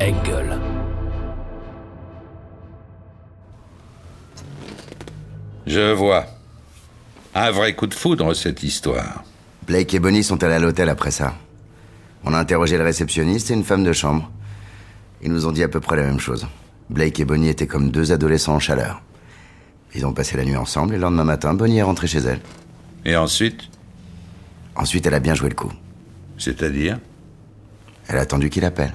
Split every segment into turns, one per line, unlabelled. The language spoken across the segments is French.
Engel.
Je vois. Un vrai coup de foudre, cette histoire.
Blake et Bonnie sont allés à l'hôtel après ça. On a interrogé le réceptionniste et une femme de chambre. Ils nous ont dit à peu près la même chose. Blake et Bonnie étaient comme deux adolescents en chaleur. Ils ont passé la nuit ensemble et le lendemain matin, Bonnie est rentrée chez elle.
Et ensuite
Ensuite, elle a bien joué le coup.
C'est-à-dire
Elle a attendu qu'il appelle.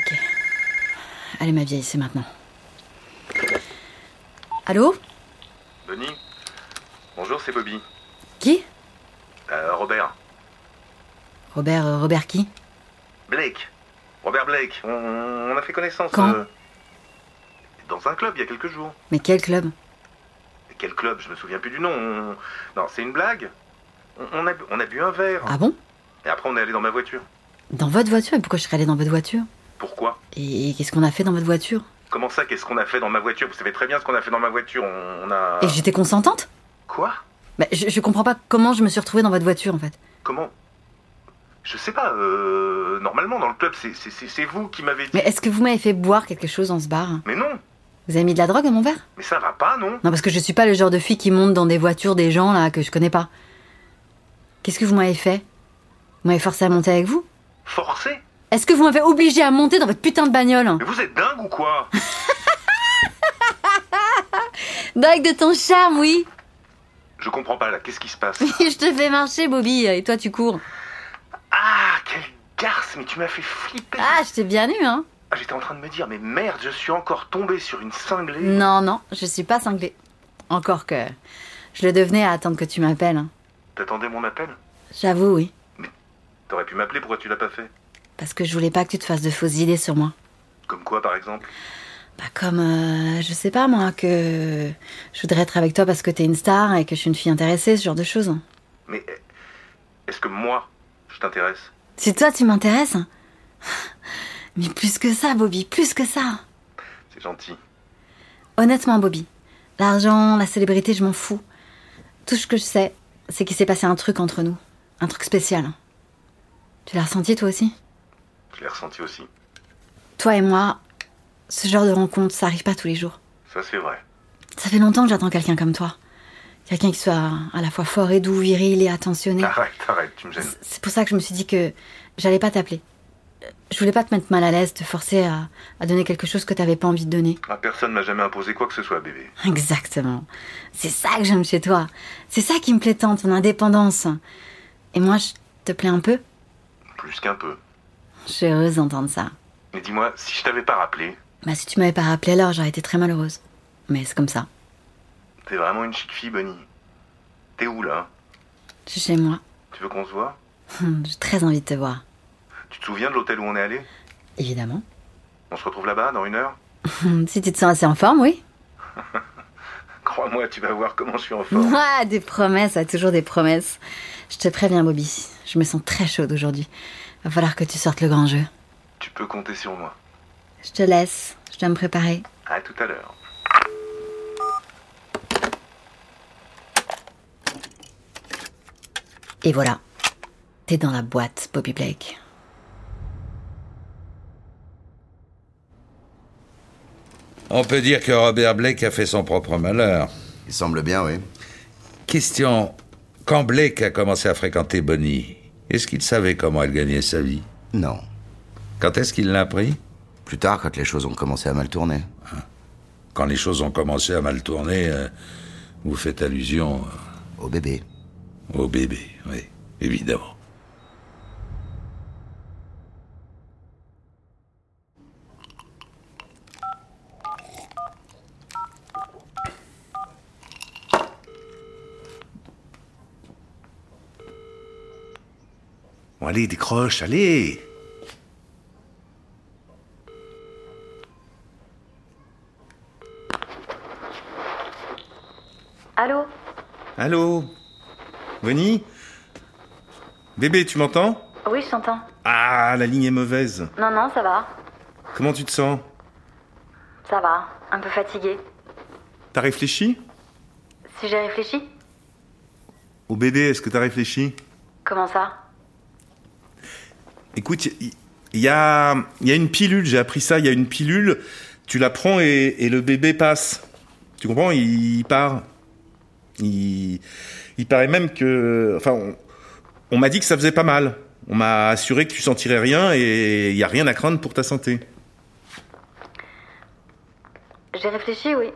Ok. Allez, ma vieille, c'est maintenant. Allô
Bonnie Bonjour, c'est Bobby.
Qui
Euh, Robert.
Robert, euh, Robert qui
Blake. Robert Blake. On, on a fait connaissance.
Quand
euh, Dans un club, il y a quelques jours.
Mais quel club
Quel club Je me souviens plus du nom. On- Non, c'est une blague. On, on a, bu- on a bu un verre.
Ah bon
Et après, on est allé dans ma voiture.
Dans votre voiture Et pourquoi je serais allée dans votre voiture
Pourquoi
Et, et qu'est-ce qu'on a fait dans votre voiture
Comment ça, qu'est-ce qu'on a fait dans ma voiture Vous savez très bien ce qu'on a fait dans ma voiture. On, on a.
Et j'étais consentante
Quoi
Bah, je, je comprends pas comment je me suis retrouvée dans votre voiture en fait.
Comment Je sais pas. euh, Normalement, dans le club, c'est- c'est c'est- c'est vous qui m'avez dit.
Mais est-ce que vous m'avez fait boire quelque chose dans ce bar hein
Mais non
Vous avez mis de la drogue dans mon verre
Mais ça va pas, non
Non, parce que je suis pas le genre de fille qui monte dans des voitures des gens là que je connais pas. Qu'est-ce que vous m'avez fait Vous m'avez forcé à monter avec vous
Forcé
Est-ce que vous m'avez obligé à monter dans votre putain de bagnole hein
Mais vous êtes dingue ou quoi
Dingue de ton charme, oui
Je comprends pas là, qu'est-ce qui se passe
Je te fais marcher, Bobby, et toi tu cours.
Ah, quelle garce, mais tu m'as fait flipper
Ah, je t'ai bien eu, hein
Ah, J'étais en train de me dire, mais merde, je suis encore tombé sur une cinglée.
Non, non, je suis pas cinglée. Encore que. Je le devenais à attendre que tu m'appelles. hein.
T'attendais mon appel
J'avoue, oui.
T'aurais pu m'appeler, pourquoi tu l'as pas fait
Parce que je voulais pas que tu te fasses de fausses idées sur moi.
Comme quoi, par exemple
Bah, comme. euh, je sais pas, moi, que. Je voudrais être avec toi parce que t'es une star et que je suis une fille intéressée, ce genre de choses.
Mais eh, est-ce que moi, je t'intéresse
Si toi tu m'intéresses. hein. Mais plus que ça, Bobby, plus que ça
C'est gentil.
Honnêtement, Bobby, l'argent, la célébrité, je m'en fous. Tout ce que je sais, c'est qu'il s'est passé un truc entre nous. Un truc spécial. Tu l'as ressenti toi aussi
Je l'ai ressenti aussi.
Toi et moi, ce genre de rencontre, ça arrive pas tous les jours.
Ça, c'est vrai.
Ça fait longtemps que j'attends quelqu'un comme toi. Quelqu'un qui soit à la fois fort et doux, viril et attentionné.
Arrête, arrête, tu me gênes.
C'est pour ça que je me suis dit que j'allais pas t'appeler. Je voulais pas te mettre mal à l'aise, te forcer à, à donner quelque chose que t'avais pas envie de donner.
Ah, personne m'a jamais imposé quoi que ce soit, bébé.
Exactement. C'est ça que j'aime chez toi. C'est ça qui me plaît tant, ton indépendance. Et moi, je te plais un peu
Plus qu'un peu.
Je suis heureuse d'entendre ça.
Mais dis-moi, si je t'avais pas rappelé,
Bah, si tu m'avais pas rappelé alors, j'aurais été très malheureuse. Mais c'est comme ça.
t'es vraiment une chic fille, Bonnie. T'es où, là
Je suis chez moi.
Tu veux qu'on se voit
Hum, J'ai très envie de te voir.
Tu te souviens de l'hôtel où on est allé
Évidemment.
On se retrouve là-bas dans une heure
Hum, Si tu te sens assez en forme, oui.
Crois-moi, tu vas voir comment je suis en forme.
Moi, des promesses, ouais, toujours des promesses. Je te préviens, Bobby. Je me sens très chaude aujourd'hui. Va falloir que tu sortes le grand jeu.
Tu peux compter sur moi.
Je te laisse. Je dois me préparer.
À tout à l'heure.
Et voilà. T'es dans la boîte, Bobby Blake.
On peut dire que Robert Blake a fait son propre malheur.
Il semble bien, oui.
Question quand Blake a commencé à fréquenter Bonnie, est-ce qu'il savait comment elle gagnait sa vie
Non.
Quand est-ce qu'il l'a appris
Plus tard, quand les choses ont commencé à mal tourner.
Quand les choses ont commencé à mal tourner, euh, vous faites allusion
Au bébé.
euh, au bébé, oui, évidemment.
Bon, allez, décroche, allez
Allô
Allô Bonnie Bébé, tu m'entends
Oui, je t'entends.
Ah, la ligne est mauvaise.
Non, non, ça va.
Comment tu te sens
Ça va. Un peu fatigué.
T'as réfléchi
Si j'ai réfléchi
Au bébé, est-ce que t'as réfléchi
Comment ça
Écoute, il y, y a, y a une pilule, j'ai appris ça, il y a une pilule, tu la prends et, et le bébé passe. Tu comprends il, il part. Il, il paraît même que... Enfin, on, on m'a dit que ça faisait pas mal. On m'a assuré que tu sentirais rien et il n'y a rien à craindre pour ta santé.
J'ai réfléchi, oui.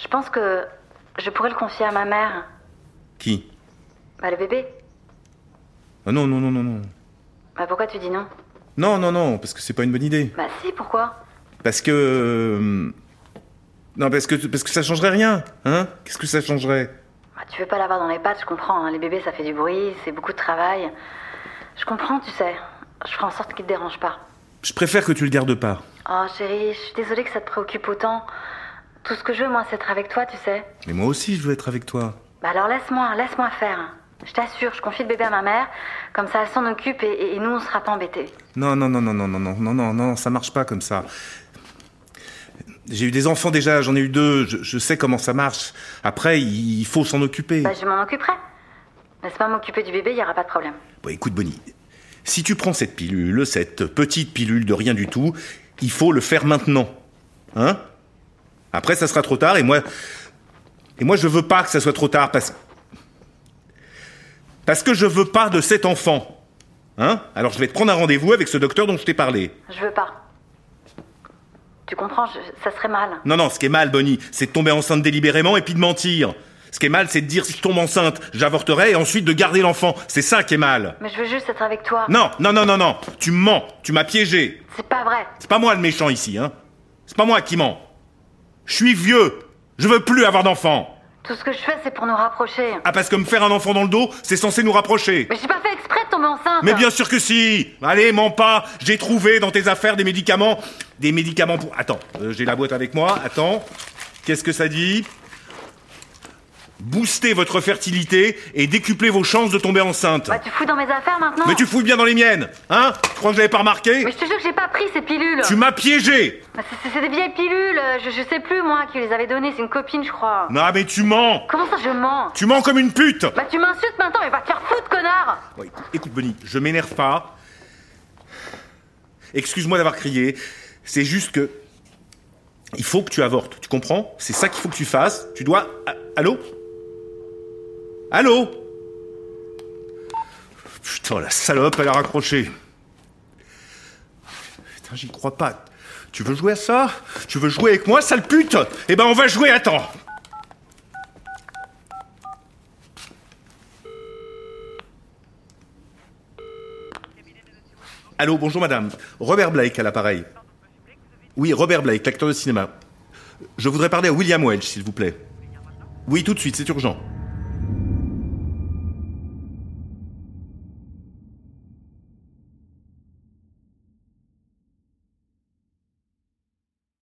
Je pense que je pourrais le confier à ma mère,
Qui
bah, le bébé.
Ah Non, non, non, non, non.
Bah, pourquoi tu dis non
Non, non, non, parce que c'est pas une bonne idée.
Bah, si, pourquoi
Parce que... euh, Non, parce que, parce que ça changerait rien, hein Qu'est-ce que ça changerait
Bah, Tu veux pas l'avoir dans les pattes, je comprends. hein. Les bébés, ça fait du bruit, c'est beaucoup de travail. Je comprends, tu sais. Je ferai en sorte qu'il te dérange pas.
Je préfère que tu le gardes pas.
Oh, chérie, je suis désolée que ça te préoccupe autant. Tout ce que je veux, moi, c'est être avec toi, tu sais.
Mais moi aussi, je veux être avec toi.
Bah alors laisse-moi, laisse-moi faire. hein. Je t'assure, je confie le bébé à ma mère, comme ça elle s'en occupe et, et- et nous on sera pas embêtés.
Non, non, non, non, non, non, non, non, non, non, ça marche pas comme ça. J'ai eu des enfants déjà, j'en ai eu deux, je, je sais comment ça marche. Après, il il faut s'en occuper.
Bah je m'en occuperai. Laisse-moi m'occuper du bébé, il y aura pas de problème.
Bon, Bah, écoute, Bonnie, si tu prends cette pilule, cette petite pilule de rien du tout, il faut le faire maintenant. Hein Après, ça sera trop tard et moi. Et moi, je veux pas que ça soit trop tard parce. Parce que je veux pas de cet enfant. Hein Alors, je vais te prendre un rendez-vous avec ce docteur dont je t'ai parlé.
Je veux pas. Tu comprends, je- ça serait mal.
Non, non, ce qui est mal, Bonnie, c'est de tomber enceinte délibérément et puis de mentir. Ce qui est mal, c'est de dire si je tombe enceinte, j'avorterai et ensuite de garder l'enfant. C'est ça qui est mal.
Mais je veux juste être avec toi.
Non, non, non, non, non. Tu mens. Tu m'as piégé.
C'est pas vrai.
C'est pas moi le méchant ici, hein. C'est pas moi qui mens. Je suis vieux. Je veux plus avoir d'enfant.
Tout ce que je fais, c'est pour nous rapprocher.
Ah, parce que me faire un enfant dans le dos, c'est censé nous rapprocher.
Mais j'ai pas fait exprès de tomber enceinte.
Mais bien sûr que si Allez, mens pas J'ai trouvé dans tes affaires des médicaments. Des médicaments pour... Attends, euh, j'ai la boîte avec moi. Attends. Qu'est-ce que ça dit Booster votre fertilité et décupler vos chances de tomber enceinte.
Bah tu fous dans mes affaires maintenant.
Mais tu fouilles bien dans les miennes, hein Tu crois que je l'avais pas remarqué
Mais je te jure que j'ai pas pris ces pilules.
Tu m'as piégé
Bah, c'est- c'est- C'est des vieilles pilules. euh, Je, je sais plus moi qui les avait données. C'est une copine, je crois.
Non, mais tu mens
Comment ça, je mens
Tu mens comme une pute
Bah tu m'insultes maintenant, mais va te faire foutre, connard
Bon, écoute, écoute, Bonnie, je m'énerve pas. Excuse-moi d'avoir crié. C'est juste que. Il faut que tu avortes, tu comprends C'est ça qu'il faut que tu fasses. Tu dois. a- Allô Allô Putain, la salope, elle a raccroché. Putain, j'y crois pas. Tu veux jouer à ça Tu veux jouer avec moi, sale pute Eh ben, on va jouer, attends Allô, bonjour madame. Robert Blake à l'appareil. Oui, Robert Blake, l'acteur de cinéma. Je voudrais parler à William Welch, s'il vous plaît. Oui, tout de suite, c'est urgent.